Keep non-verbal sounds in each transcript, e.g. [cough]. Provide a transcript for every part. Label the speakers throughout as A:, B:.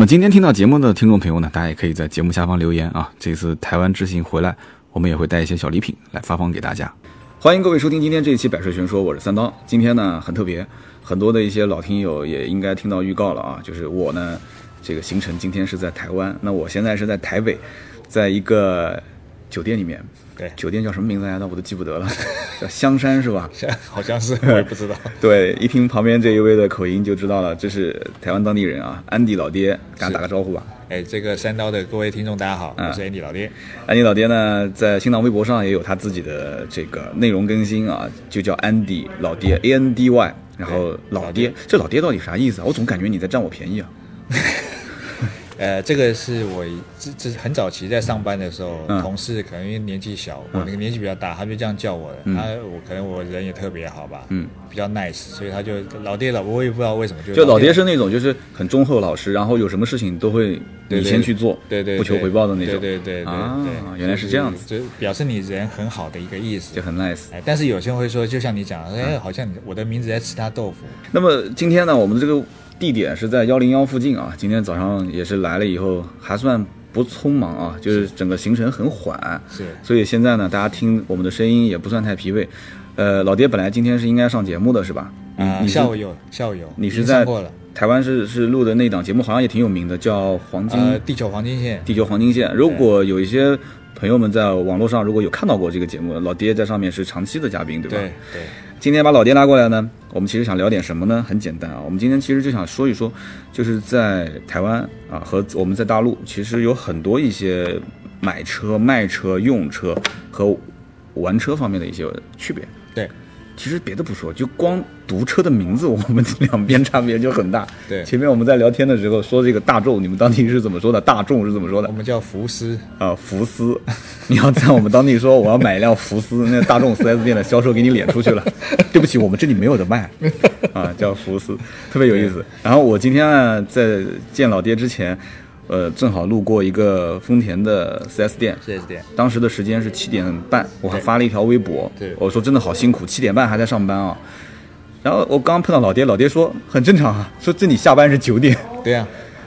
A: 那么今天听到节目的听众朋友呢，大家也可以在节目下方留言啊。这次台湾之行回来，我们也会带一些小礼品来发放给大家。欢迎各位收听今天这一期《百事全说》，我是三刀。今天呢很特别，很多的一些老听友也应该听到预告了啊，就是我呢这个行程今天是在台湾，那我现在是在台北，在一个酒店里面。
B: 对
A: [laughs] 酒店叫什么名字来着？我都记不得了， [laughs] 叫香山是吧？
B: 好像是我也不知道。
A: 对，一听旁边这一位的口音就知道了，这是台湾当地人啊，安迪老爹，给他打个招呼吧。
B: [laughs] 哎，这个三刀的各位听众，大家
A: 嗯
B: 好，我是 Andy 老爹。
A: 安迪老爹呢，在新浪微博上也有他自己的这个内容更新啊，就叫安迪老爹 A N D Y，然后老爹，这老爹到底啥意思啊？我总感觉你在占我便宜啊。
B: 呃，这个是我这这很早期在上班的时候，
A: 嗯
B: 同事可能因为年纪小，我那个年纪比较大，他就这样叫我的。
A: 嗯
B: 他我可能我人也特别好吧，嗯，比较 nice，所以他就老爹老，我也不知道为什么就
A: 就老爹是那种就是很忠厚老实，然后有什么事情都会
B: 对
A: 你先去做，
B: 对对，
A: 不求
B: 对
A: 回报的那种。
B: 对对对对
A: 啊
B: 对，
A: 原来是这样子，
B: 子，就表示你人很好的一个意思
A: 就。很 nice。
B: 哎，但是有些人会说，就像你讲，哎，好像你我的名字在吃他豆腐，
A: 那么今天呢，我们的这个地点是在幺零幺附近啊。今天早上也是来了以后，还算不匆忙啊，就是整个行程很缓，
B: 是
A: 所以现在呢，大家听我们的声音也不算太疲惫。呃，老爹本来今天是应该上节目的是吧？你
B: 啊，
A: 你是
B: 下午有下午有，
A: 你
B: 已
A: 是
B: 经
A: 在
B: 上过了。
A: 台湾是是录的那档节目，好像也挺有名的，叫《黄金、
B: 呃，地球黄金线，
A: 地球黄金线》。如果有一些朋友们在网络上如果有看到过这个节目，老爹在上面是长期的嘉宾，对吧？
B: 对对，
A: 今天把老爹拉过来呢，我们其实想聊点什么呢？很简单啊，我们今天其实就想说一说，就是在台湾啊和我们在大陆，其实有很多一些买车、卖车、用车和玩车方面的一些区别。
B: 对
A: 其实别的不说，就光读车的名字，我们两边差别就很大。
B: 对
A: 前面我们在聊天的时候说这个大众，你们当地是怎么说的？大众是怎么说的
B: 我？们叫福斯，
A: 啊，福斯，你要在我们当地说我要买一辆福斯，那大众 4S 店的销售给你撵出去了。 [laughs] 对不起，我们这里没有的卖，啊，叫福斯，特别有意思。然后我今天啊，在见老爹之前，呃，正好路过一个丰田的 4S 店，
B: 谢谢店。
A: 当时的时间是七点半，我还发了一条微博，
B: 对
A: 我说真的好辛苦，七点半还在上班啊。然后我刚碰到老爹，老爹说很正常啊，说这你下班是九点，
B: 对啊，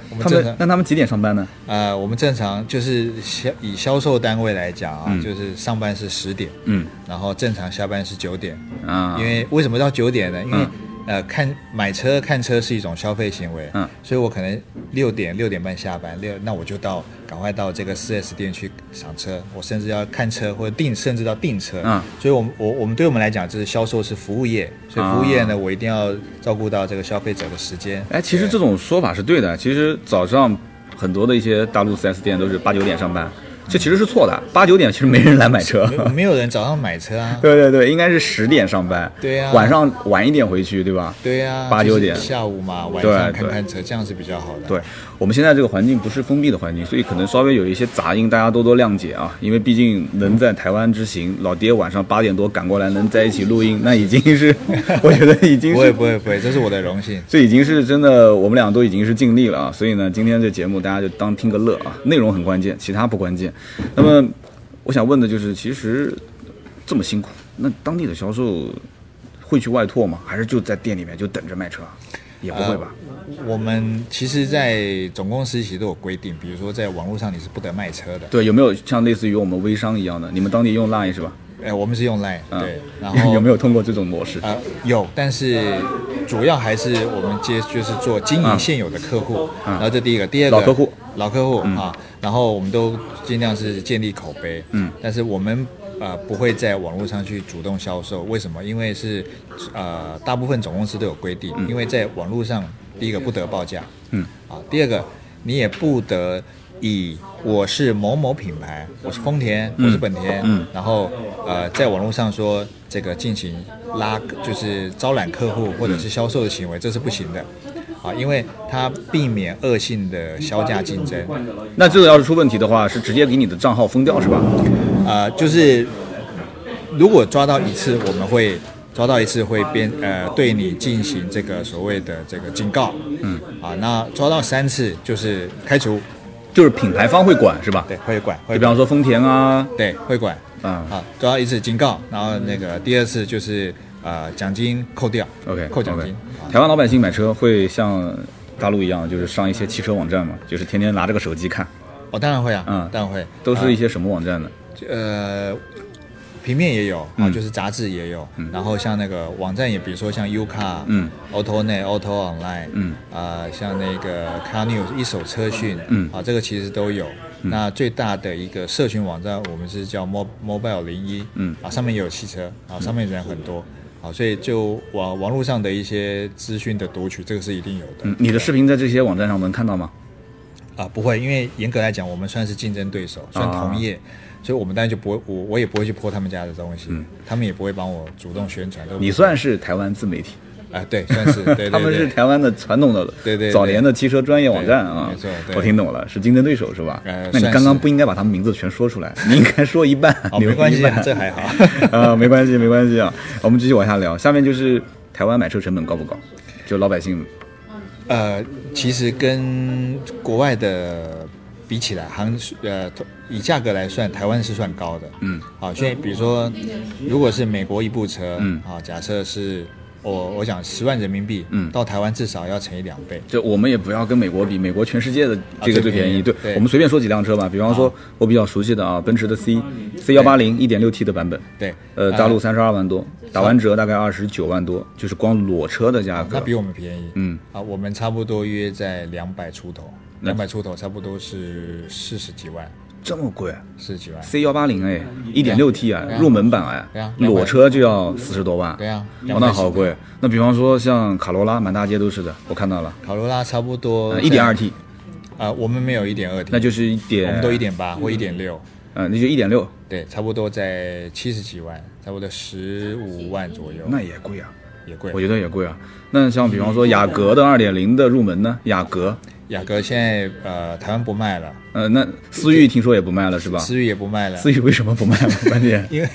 B: 我们
A: 哦他
B: 正
A: 们
B: 常，
A: 那他们几点上班呢？
B: 呃，我们正常就是销以销售单位来讲啊，就是上班是十点，
A: 嗯，
B: 然后正常下班是九点，
A: 啊，嗯
B: 因为为什么到九点呢？因为呃，看买车看车是一种消费行为，
A: 嗯，
B: 所以我可能六点六点半下班，六那我就到赶快到这个四 S 店去赏车，我甚至要看车或者订，甚至到订车，
A: 嗯，
B: 所以我们我我们对我们来讲，就是销售是服务业，所以服务业呢，我一定要照顾到这个消费者的时间。
A: 啊哎，其实
B: 对
A: 这种说法是对的。其实早上很多的一些大陆 4S 店都是八九点上班，这其实是错的。八九点其实没人来买车。
B: 啊没没有人早上买车啊，
A: [laughs] 对对对，应该是十点上班，
B: 对呀
A: 晚上晚一点回去，对吧？
B: 对呀、
A: 八
B: 就
A: 九
B: 是
A: 点
B: 下午嘛，晚
A: 对
B: 上
A: 对
B: 看看车，这样是比较好的。
A: 对，我们现在这个环境不是封闭的环境，所以可能稍微有一些杂音，大家多多谅解啊。因为毕竟能在台湾之行，老爹晚上八点多赶过来能在一起录音，那已经是， [laughs] 我觉得已经
B: 不
A: 是
B: 会不会不会，这是我的荣幸。
A: 这已经是真的，我们俩都已经是尽力了啊。所以呢，今天这节目大家就当听个乐啊，内容很关键，其他不关键。那么我想问的就是，其实这么辛苦，那当地的销售会去外拓吗？还是就在店里面就等着卖车啊？也不会吧？
B: 我们其实，在总公司其实都有规定，比如说在网络上你是不得卖车的。
A: 对，有没有像类似于我们微商一样的？你们当地用 Line 是 [laughs] 吧？
B: 哎，我们是用 Line，、
A: 嗯 [laughs]
B: 对，然后
A: 有没有通过这种模式？
B: 呃有，但是主要还是我们接就是做经营现有的客户，然后这第一个，第二个
A: 啊老客户，嗯
B: 老客户、啊，然后我们都尽量是建立口碑，嗯，但是我们呃不会在网络上去主动销售，为什么？因为是呃大部分总公司都有规定，
A: 嗯
B: 因为在网络上第一个不得报价，嗯，啊，第二个你也不得。以我是某某品牌，我是丰田，我是本田，嗯，然后呃，在网络上说这个进行拉，就是招揽客户或者是销售的行为，这是不行的，啊，因为它避免恶性的销价竞争，
A: 那这个要是出问题的话，是直接给你的账号封掉是吧？
B: 呃，就是如果抓到一次，我们会抓到一次会编呃对你进行这个所谓的这个警告，嗯，啊，那抓到三次就是开除，
A: 就是品牌方会管是吧？
B: 对，会管，
A: 就
B: 会
A: 比方说丰田啊，
B: 对会管，
A: 嗯
B: 啊，抓到一次警告，然后那个第二次就是呃奖金扣掉
A: OK，
B: 扣奖
A: OK
B: 金，啊
A: 台湾老百姓买车会像大陆一样，就是上一些汽车网站嘛，就是天天拿着个手机看，
B: 我、当然会啊，
A: 嗯
B: 当然会，
A: 都是一些什么网站呢？
B: 呃，平面也有啊、
A: 嗯
B: 就是杂志也有、然后像那个网站也，比如说像 U Car，
A: 嗯
B: ，AutoNet、Auto Online，
A: 嗯，
B: 啊、像那个 Car News 一手车讯，
A: 嗯
B: 啊，这个其实都有。那最大的一个社群网站，我们是叫 Mo Mobile 零一，
A: 嗯
B: 啊，上面也有汽车，啊，上面人很多，啊，所以就网网络上的一些资讯的读取，这个是一定有的。
A: 嗯，你的视频在这些网站上能看到吗？
B: 啊，不会，因为严格来讲，我们算是竞争对手，算
A: 啊
B: 同业，所以我们当然就不会，我我也不会去泼他们家的东西，他们也不会帮我主动宣传。都不
A: 嗯你算是台湾自媒体，
B: 啊，对，算是对
A: [laughs]
B: 对对，
A: 他们是台湾的传统的
B: 对对对
A: 早年的汽车专业网站啊
B: 对没错，对
A: 我听懂了，是竞争对手是吧
B: 呃？
A: 那你
B: 算
A: 刚刚
B: 是
A: 不应该把他们名字全说出来， [laughs] 你应该说一半，
B: 哦，
A: 留
B: 没关
A: 一
B: 系啊
A: 半，
B: 这还好。
A: [laughs] 啊，没关系，没关系啊。我们继续往下聊，下面就是台湾买车成本高不高？就老百姓，
B: 呃，其实跟国外的比起来，行呃以价格来算，台湾是算高的。
A: 嗯，
B: 啊，所以比如说，如果是美国一部车，
A: 嗯
B: 啊，假设是我我讲十万人民币，
A: 嗯
B: 到台湾至少要乘以两倍。
A: 就我们也不要跟美国比，美国全世界的这个
B: 啊最
A: 最便
B: 便
A: 宜。
B: 宜
A: 对，
B: 对啊
A: 我们随便说几辆车吧，比方说我比较熟悉的啊，奔驰的 C C 幺八零一点六 T 的版本，
B: 对，啊
A: 呃，大陆三十二万多，打完折大概二十九万多，就是光裸车的价
B: 啊那
A: 格。
B: 比我们便宜。
A: 嗯，
B: 啊，我们差不多约在两百出头，两百出头差不多是四十几万，
A: 这么贵啊
B: 四十几万。
A: ？C 幺八零哎，一点六 T 啊
B: 对，啊
A: 入门版
B: 对
A: 哎
B: 啊，
A: 裸车就要四十多万。
B: 对啊，
A: 哦，那好贵。那比方说像卡罗拉，满大街都是的，我看到了，
B: 卡罗拉差不多
A: 呃一点二 T，
B: 啊，我们没有一点二 T，
A: 那就是一
B: 我
A: 点，
B: 们都一点八或一点六，
A: 嗯，那就一点六，
B: 对，差不多在七十几万，差不多十五万左右，
A: 那也贵啊，
B: 也贵
A: 我。觉得也贵啊。那像比方说雅阁的二点零的入门呢，雅阁，
B: 雅阁现在呃台湾不卖了，
A: 呃，那思域听说也不卖了是吧？
B: 思域也不卖了，
A: 啊思域为什么不卖
B: [laughs]
A: 了？关键
B: 因为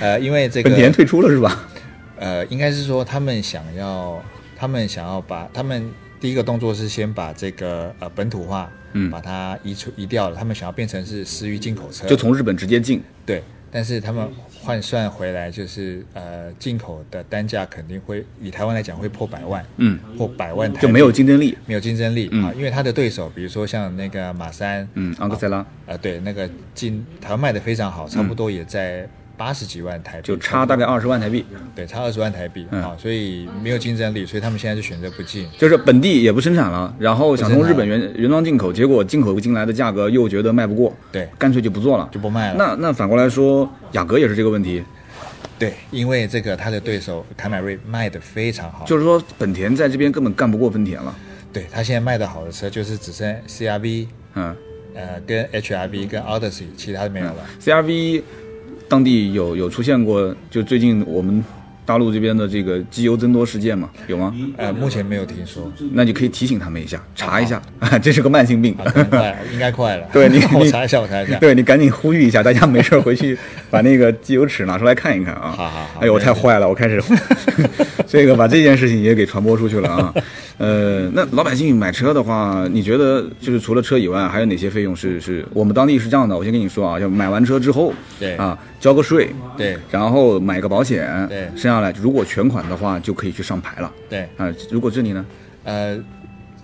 B: 呃因为这个
A: 本田退出了是吧？
B: 呃，应该是说他们想要，他们想要把他们第一个动作是先把这个呃本土化，
A: 嗯
B: 把它移除移掉了，他们想要变成是私域进口车，
A: 就从日本直接进，
B: 对，但是他们换算回来就是呃进口的单价肯定会以台湾来讲会破百万，
A: 嗯，
B: 破百万台币
A: 就没有竞争力。
B: 没有竞争力、
A: 嗯
B: 啊，因为他的对手比如说像那个马三，
A: 嗯，昂克赛拉
B: 呃对，那个进台湾卖的非常好，差不多也在八十几万台币，
A: 就差大概二十万台币，
B: 对，差二十万台币啊、
A: 嗯
B: 所以没有竞争力，所以他们现在就选择不进。
A: 就是本地也不生产了，然后想从
B: 不
A: 日
B: 生产
A: 本原原装进口，结果进口进来的价格又觉得卖不过，
B: 对
A: 干脆就不做了，
B: 就不卖了
A: 那那反过来说，雅阁也是这个问题，
B: 对，因为这个他的对手凯美瑞卖的非常好，
A: 就是说本田在这边根本干不过丰田了。
B: 对他现在卖的好的车就是只剩 CRV，
A: 嗯
B: 呃，跟 HRV 跟 Odyssey，其他的没有了。
A: ，CRV 当地有有出现过，就最近我们大陆这边的这个机油增多事件嘛，有吗？
B: 呃，目前没有听说，
A: 那你可以提醒他们一下，查一下，啊， [laughs] 这是个慢性病。
B: 啊，可能快了，应该快了。，
A: [laughs] 对你
B: [laughs] 我
A: 你
B: 查一下，我查一下。
A: 对你赶紧呼吁一下，大家没事儿回
B: [laughs]
A: 去把那个机油尺拿出来看一看啊。
B: 好好好
A: 哎呦，我
B: 没
A: 太
B: 问题
A: 坏了，我
B: [laughs]
A: 开始 [laughs] 这个把这件事情也给传播出去了啊。呃，那老百姓买车的话，你觉得就是除了车以外，还有哪些费用是是我们当地是这样的？我先跟你说啊，就买完车之后，
B: 对
A: 啊，交个税，
B: 对
A: 然后买个保险，
B: 对
A: 剩下来如果全款的话，就可以去上牌了。
B: 对，
A: 啊，如果是你呢？
B: 呃，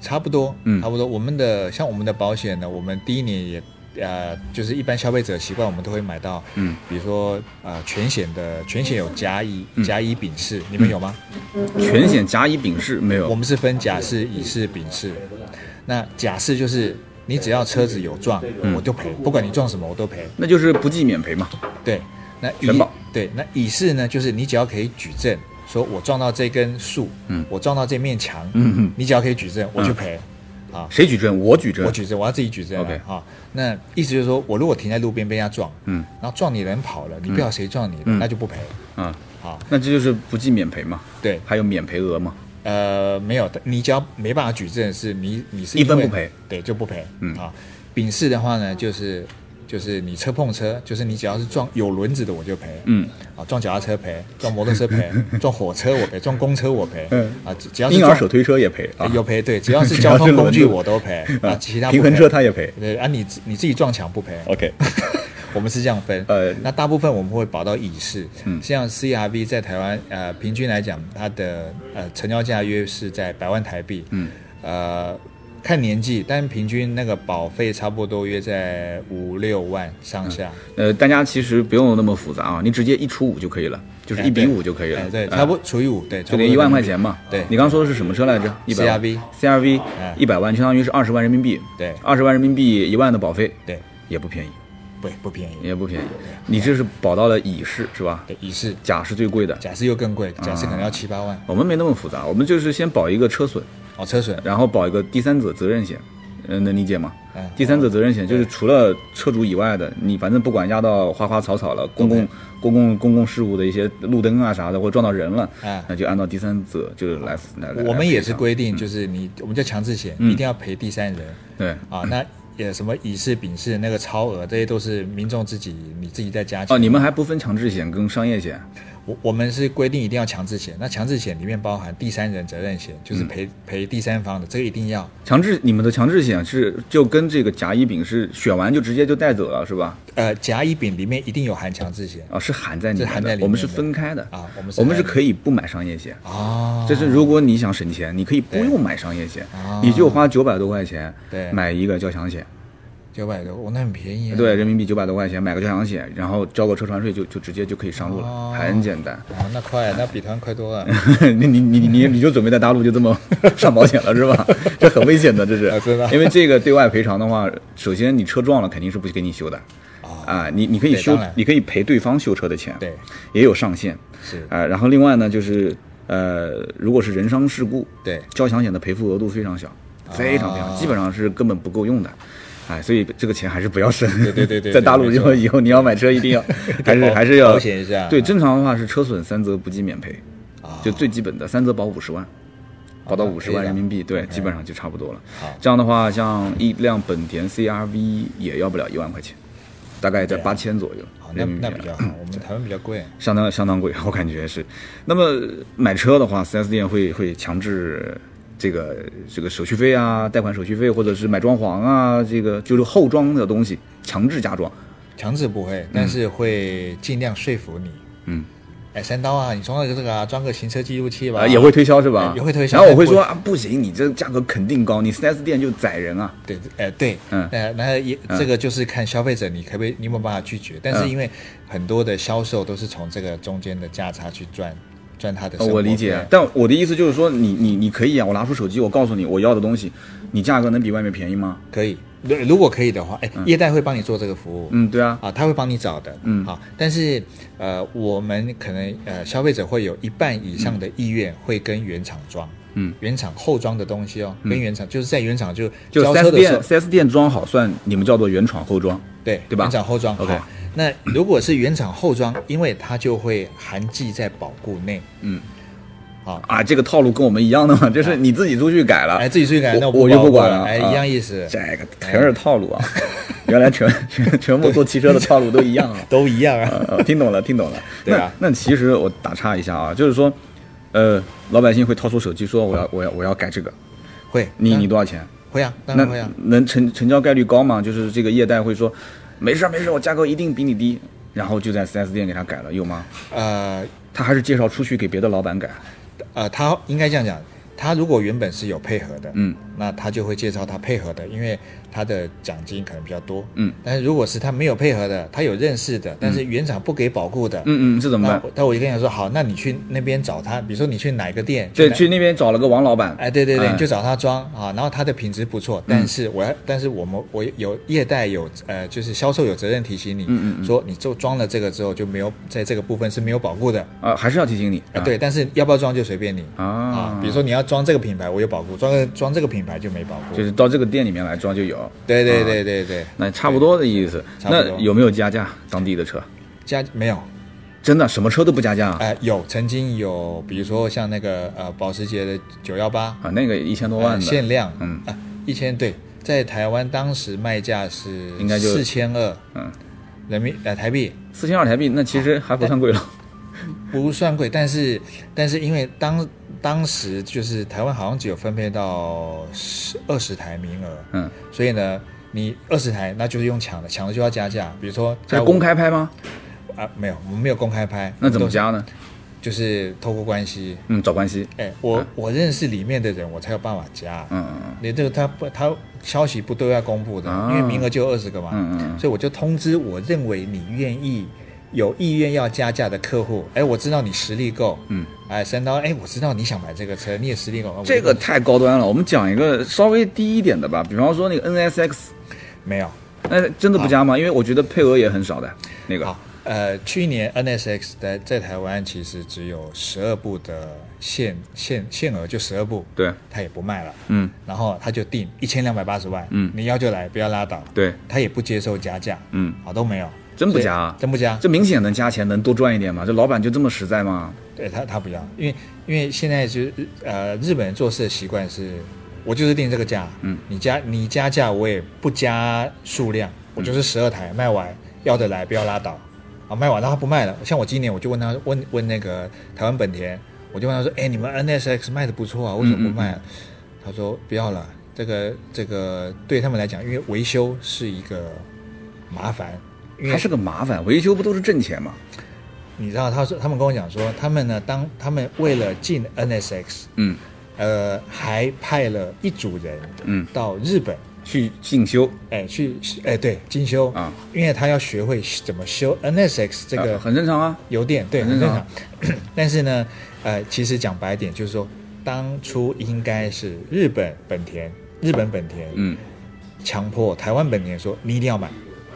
B: 差不多，
A: 嗯
B: 差不多。我们的像我们的保险呢，我们第一年也。呃，就是一般消费者习惯，我们都会买到，
A: 嗯，
B: 比如说呃，全险的全险有甲乙、
A: 嗯
B: 甲乙丙式，你们有吗？
A: 全险甲乙丙式没
B: 我
A: 有，
B: 们是分甲式、乙式、丙式。那甲式就是你只要车子有撞，
A: 嗯
B: 我就赔，不管你撞什么我都赔。
A: 那就是不计免赔嘛。
B: 对，那
A: 全
B: 乙
A: 保
B: 对那乙式呢，就是你只要可以举证，说我撞到这根树，
A: 嗯
B: 我撞到这面墙，
A: 嗯嗯
B: 你只要可以举证，我就赔。啊，
A: 谁举证？我举证。
B: 我举证，我要自己举证啊。
A: OK
B: 啊，那意思就是说我如果停在路边被人家撞，
A: 嗯，
B: 然后撞你的人跑了，你不知道谁撞你的，
A: 嗯
B: 那就不赔。
A: 啊，
B: 好，
A: 那这就是不计免赔嘛，
B: 对，
A: 还有免赔额嘛。
B: 呃，没有，你只要没办法举证，是你你是
A: 一分
B: 因为
A: 不赔，
B: 对，就不赔。
A: 嗯
B: 啊，丙式的话呢，就是就是你车碰车，就是你只要是撞有轮子的我就赔，
A: 嗯，
B: 啊，撞脚踏车赔，撞摩托
A: [laughs]
B: 车赔，撞火车我赔，撞公车我赔，
A: 嗯
B: 啊，只只要是
A: 婴儿
B: 撞
A: 手推车也赔啊，
B: 有赔，对，只要
A: [laughs]
B: 是
A: 只要
B: 交
A: 是
B: 通工具
A: 轮子
B: 我都赔，啊，其他不
A: 平衡
B: 赔
A: 车他也赔。
B: 对啊，你自你自己撞墙不赔
A: OK，
B: 我们是这样分，
A: 呃
B: 那大部分我们会保到乙式，
A: 嗯
B: 像 CRV 在台湾呃平均来讲，它的呃成交价约是在百万台币，
A: 嗯，
B: 呃看年纪，但平均那个保费差不多约在五六万上下。
A: 呃，大家其实不用那么复杂啊，你直接一除五就可以了，就是一比五就可以了
B: 哎，。对，
A: 哎
B: 差不多除以五，对，
A: 就
B: 就
A: 得一万块钱嘛。
B: 对
A: 你刚刚说的是什么车来着？一百
B: CRV
A: CRV
B: 哎
A: 一百万，相当于是二十万人民币。
B: 对
A: 二十万人民币一万的保费，
B: 对，
A: 也不便宜，
B: 不不便宜。
A: 也不便宜。你这是保到了乙式是吧？
B: 对，乙式
A: 甲是最贵的。
B: 甲式又更贵，甲式可能
A: 啊
B: 要七八万。
A: 我们没那么复杂，我们就是先保一个车损，
B: 哦，车损，
A: 然后保一个第三者责任险，呃，能理解吗？
B: 嗯
A: 第三者责任险就是除了车主以外的，你反正不管压到花花草草了，公共公共公共事务的一些路灯啊啥的，或者撞到人了
B: 哎，
A: 那就按照第三者就是来来来。
B: 我们也是
A: 来赔偿
B: 规定，就是你我们叫强制险，
A: 嗯
B: 一定要赔第三人。
A: 对。
B: 啊，那也什么乙式、丙式那个超额，这些都是民众自己你自己再加钱。
A: 哦，你们还不分强制险跟商业险？
B: 我我们是规定一定要强制险，那强制险里面包含第三人责任险，
A: 嗯
B: 就是赔、赔第三方的，这个一定要。
A: 强制你们的强制险是就跟这个甲乙丙是选完就直接就带走了是吧？
B: 呃，甲乙丙里面一定有含强制险
A: 啊，是含在里
B: 这
A: 面的，
B: 含在里面的
A: 我们是分开的
B: 啊我们是
A: 我们是
B: 含在
A: 可以不买商业险。
B: 啊，
A: 哦就是如果你想省钱，你可以不用买商业险
B: 啊，
A: 你就花九百多块钱
B: 对
A: 买一个交强险，
B: 九百多，我那很便宜、啊。
A: 对，人民币九百多块钱买个交强险，然后交个车船税就就直接就可以上路了，
B: 哦
A: 很简单。 [laughs]
B: 啊，那快，那比团快多了。
A: 你你你你你就准备在大陆就这么 [laughs] 上保险了是吧？ [laughs] 这很危险的，这是
B: 啊真的
A: 因为这个对外赔偿的话，首先你车撞了肯定是不给你修的。啊，你你可以
B: 哦对
A: 修
B: 当然，
A: 你可以赔对方修车的钱，
B: 对，
A: 也有上限，
B: 是
A: 啊、然后另外呢，就是呃，如果是人伤事故，
B: 对哦
A: 交强险的赔付额度非常小，非常非常，基本上是根本不够用的。哎，所以这个钱还是不要省。对
B: 对对对
A: 在大陆
B: 没
A: 就
B: 错
A: 以后你要买车一定
B: [laughs]
A: 要还是
B: 保
A: 还是要
B: 保险一下
A: 对，
B: 嗯
A: 正常的话是车损三责不计免赔，
B: 啊
A: 就最基本的三责保五十万，保到
B: 哦那
A: 五十
B: 可以
A: 万
B: 的
A: 人民币，对，基本上就差不多了
B: 好。
A: 这样的话，像一辆本田 CRV 也要不了一万块钱，大概在八千左右
B: 啊好，那
A: 人民币
B: 那
A: 啊。
B: 比较好，我们台湾比较贵。
A: 相当相当贵， [laughs] 我感觉是。那么买车的话，4S 店会会强制这个这个手续费啊，贷款手续费，或者是买装潢啊，这个就是后装的东西强制加装。
B: 强制不会，但是会尽量说服你。
A: 嗯，
B: 哎，三刀啊，你装个这个啊，装个行车记录器吧，
A: 啊，也会推销是吧？
B: 也会推销
A: 然后我会说啊，不行，你这价格肯定高，你 4S 店就宰人啊。
B: 对，呃，对，
A: 嗯
B: 呃，那也这个就是看消费者你可不可以，你有没有办法拒绝？但是
A: 嗯
B: 因为很多的销售都是从这个中间的价差去赚赚他的
A: 呃
B: 生活费。
A: 我理解，但我的意思就是说，你你你可以啊，我拿出手机，我告诉你我要的东西，你价格能比外面便宜吗？
B: 可以，如如果可以的话，哎，业代会帮你做这个服务。
A: 嗯，对啊，
B: 啊，他会帮你找的，
A: 嗯
B: 好，但是呃，我们可能呃，消费者会有一半以上的意愿会跟原厂装，
A: 嗯，
B: 原厂后装的东西哦，跟原厂就是在原厂就
A: 就
B: 交车
A: 4S
B: 的时候
A: 店，4S 店装好算你们叫做原厂后装。
B: 对
A: 对吧
B: 原厂后装
A: OK
B: 好那如果是原厂后装，因为它就会含记在保固内，
A: 嗯，
B: 好，
A: 啊，这个套路跟我们一样的嘛，就是你自己出去改了，
B: 啊哎，自己去改，那
A: 我
B: 不
A: 就
B: 包
A: 不
B: 括
A: 管了，
B: 哎，
A: 啊
B: 一样意思
A: 这，个全是套路啊，原来全
B: [laughs]
A: 全全部做汽车的套路都一样啊，
B: 都一样啊，
A: 呃呃听懂了，听懂了。
B: 对啊
A: 那那其实我打岔一下啊，就是说，呃，老百姓会掏出手机说我要我要我要改这个，
B: 会，
A: 你
B: 当
A: 你多少钱？
B: 会啊，当
A: 那
B: 然会啊，
A: 能成成交概率高吗？就是这个业代会说，没事儿没事儿，我价格一定比你低，然后就在 4S 店给他改了，有吗？
B: 呃
A: 他还是介绍出去给别的老板改，
B: 呃，他应该这样讲。他如果原本是有配合的，
A: 嗯，
B: 那他就会介绍他配合的，因为他的奖金可能比较多，
A: 嗯。
B: 但是如果是他没有配合的，他有认识的，但是原厂不给保固的，
A: 嗯嗯，这怎么办
B: 那？啊那我就跟他说，好，那你去那边找他，比如说你去哪个店，
A: 对，
B: 哪
A: 去那边找了个王老板。
B: 哎，对对对，
A: 哎嗯
B: 你就找他装啊，然后他的品质不错，但是我要，但是我们我有业代有呃，就是销售有责任提醒
A: 嗯
B: 你，说你就装了这个之后就没有在这个部分是没有保固的
A: 啊，还是要提醒你
B: 啊，对，但是要不要装就随便你
A: 啊
B: 比如说你要装这个品牌，我有保固，装个装这个品牌就没保固，
A: 就是啊到这个店里面来装就有，
B: 对对对对对，
A: 那差不多的意思。
B: 差不多
A: 那有没有加价？当地的车
B: 加没有。
A: 真的什么车都不加价啊？
B: 哎、有曾经有，比如说像那个呃保时捷的九幺八，
A: 啊，那个一千多万
B: 呃
A: 的，
B: 限量，
A: 嗯
B: 啊，一千对，在台湾当时卖价是
A: 应该就
B: 四千二，
A: 嗯，
B: 人民呃台币
A: 四千二台币，那其
B: 啊
A: 实还不算贵了。
B: 不算贵，但是但是因为当当时就是台湾好像只有分配到十二十台名额，
A: 嗯，
B: 所以呢。你二十台，那就是用抢的，抢了就要加价。比如说
A: 这
B: 加
A: 是
B: 五
A: 公开拍吗？
B: 啊，没有，我们没有公开拍，
A: 那怎么
B: 都是？
A: 加呢？
B: 就是透过关系，
A: 嗯，找关系，
B: 哎，我我认识里面的人，我才有办法加。
A: 嗯嗯嗯，
B: 你这个他不他消息不都要公布的，因为名额就二十个嘛，
A: 嗯嗯
B: 所以我就通知我认为你愿意有意愿要加价的客户，哎，我知道你实力够，
A: 嗯，
B: 哎，三刀，哎，我知道你想买这个车，你也实力够，
A: 这
B: 我
A: 个
B: 就
A: 太高端了。我们讲一个稍微低一点的吧，比方说那个 NSX，
B: 没有，
A: 那真的不
B: 啊
A: 加吗？因为我觉得配额也很少的，那个
B: 好，呃，去年 NSX 在在台湾其实只有十二部的限限限额，就十二部，
A: 对
B: 他也不卖了，
A: 嗯，
B: 然后他就定一千两百八十万，
A: 嗯
B: 你要就来，不要拉倒，
A: 对，
B: 他也不接受加价，
A: 嗯，
B: 好都没有，
A: 真不加啊
B: 所以真不加，
A: 这明显能加钱，能多赚一点吗？这老板就这么实在吗？
B: 对他他不要，因为因为现在就是呃日本人做事的习惯是，我就是定这个价，
A: 嗯，
B: 你加你加价我也不加数量，我
A: 嗯
B: 就是十二台卖完要得来不要拉倒，啊卖完然后他不卖了，像我今年我就问他问问那个台湾本田，我就问他说，哎你们 NSX 卖的不错啊，
A: 嗯
B: 为什么不卖、啊？他说不要了，这个这个对他们来讲，因为维修是一个麻烦，因为
A: 还是个麻烦，维修不都是挣钱吗？
B: 你知道他说他们跟我讲说，他们呢当他们为了进 NSX。
A: 嗯，
B: 呃，还派了一组人，
A: 嗯
B: 到日本，
A: 去进修
B: 哎，去，哎，对，进修
A: 啊，
B: 因为他要学会怎么修 NSX 这
A: 呃
B: 个
A: 很正常啊。
B: 邮电，对，
A: 很
B: 很
A: 正
B: 正
A: 常
B: 常。 [coughs] 但是呢，呃，其实讲白一点，就是说，当初应该是日本本田，日本本田，
A: 嗯，
B: 强迫台湾本田说，你一定要买，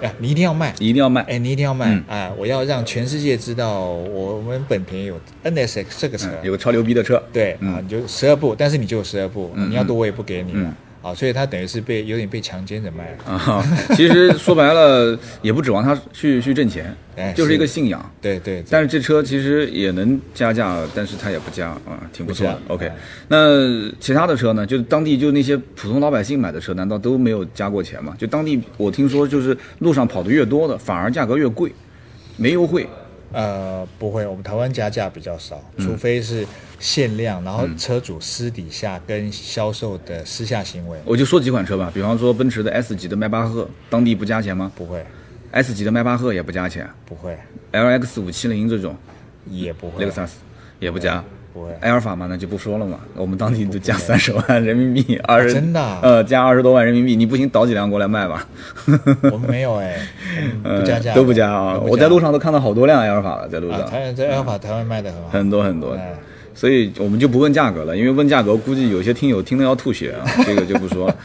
B: 哎、你一定要卖，
A: 一定要卖。
B: 哎，你一定要卖，
A: 嗯
B: 哎，我要让全世界知道我们本田有 NSX 这个车，
A: 嗯有个超牛逼的车，
B: 对
A: 嗯
B: 啊，你就十二步，但是你就有十二步，你要多我也不给你
A: 嗯
B: 了啊，所以他等于是被有点被强奸着卖了。
A: 啊， [laughs] 其实说白了也不指望他去去挣钱
B: 哎，
A: 就是一个
B: 是
A: 信仰。
B: 对对，对
A: 但是这车其实也能加价，但是它也不加啊，挺不错的。
B: 不加
A: OK，
B: 哎
A: 那其他的车呢？就是当地就那些普通老百姓买的车，难道都没有加过钱吗？就当地我听说，就是路上跑的越多的，反而价格越贵，没优惠。
B: 呃，不会，我们台湾加价比较少，
A: 嗯
B: 除非是限量，然后车主私底下跟销售的私下行为
A: 我就说几款车吧，比方说奔驰的 S 级的迈巴赫，当地不加钱吗
B: 不会，
A: ？S 级的迈巴赫也不加钱
B: 不会，
A: ，LX 五七零这种
B: 也不会，
A: Lexus 也不加。
B: 不会。
A: 埃尔法嘛，那就不说了嘛，我们当地就加三十万人民币，二十、
B: 真的啊
A: 呃，加二十多万人民币，你不行倒几辆过来卖吧，
B: 我们没有哎、
A: [laughs]
B: 我 [laughs] 们不加价的、
A: 呃都不加啊，我在路上都看到好多辆埃尔法了，在路上、
B: 啊，台湾在阿尔法台湾卖的很好，
A: 嗯很多很多
B: 哎，
A: 所以我们就不问价格了，因为问价格估计有些听友听得要吐血啊，这个就不
B: [laughs]
A: 说了，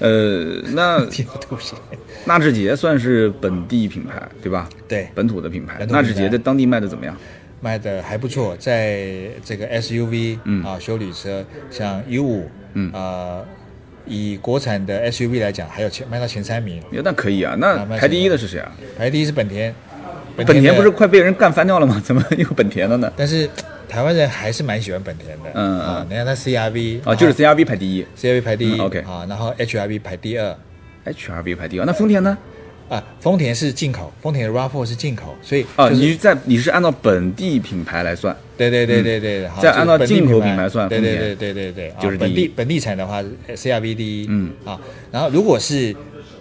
A: 呃，那
B: 挺吐血。
A: 纳智捷算是本地品牌对吧？
B: 对，
A: 本土的品牌，
B: 本土
A: 纳
B: 品牌
A: 智捷在当地卖的怎么样？
B: 卖的还不错，在这个 SUV、啊
A: 嗯
B: 修理车，像 U 五，嗯啊、以国产的 SUV 来讲，还有前卖到前三名，
A: 哟那可以啊，那
B: 啊卖
A: 排第一
B: 什么
A: 的是谁啊？
B: 排第一是本田，本
A: 本田
B: 的
A: 不是，快被人干翻掉了吗？怎 [laughs] 么又本田了呢？
B: 但是台湾人还是蛮喜欢本田的，
A: 嗯
B: 啊，你看它 CRV
A: 啊，就是 CRV 排第一。
B: CRV 排第一、
A: 嗯，OK
B: 啊，然后 HRV 排第二。
A: HRV 排第二，那丰田呢？
B: 啊，丰田是进口，丰田的 RAV4 是进口，所以
A: 啊，
B: 就是
A: 你是在你是按照本地品牌来算，
B: 对对对对对，好
A: 再
B: 就是
A: 按照
B: 本地
A: 进口
B: 品
A: 品牌算
B: 对
A: 丰
B: 对
A: 田
B: 对对对对，啊
A: 就是第一
B: 本地本地产的话呃，CRV 第一，
A: 嗯
B: 啊，然后如果是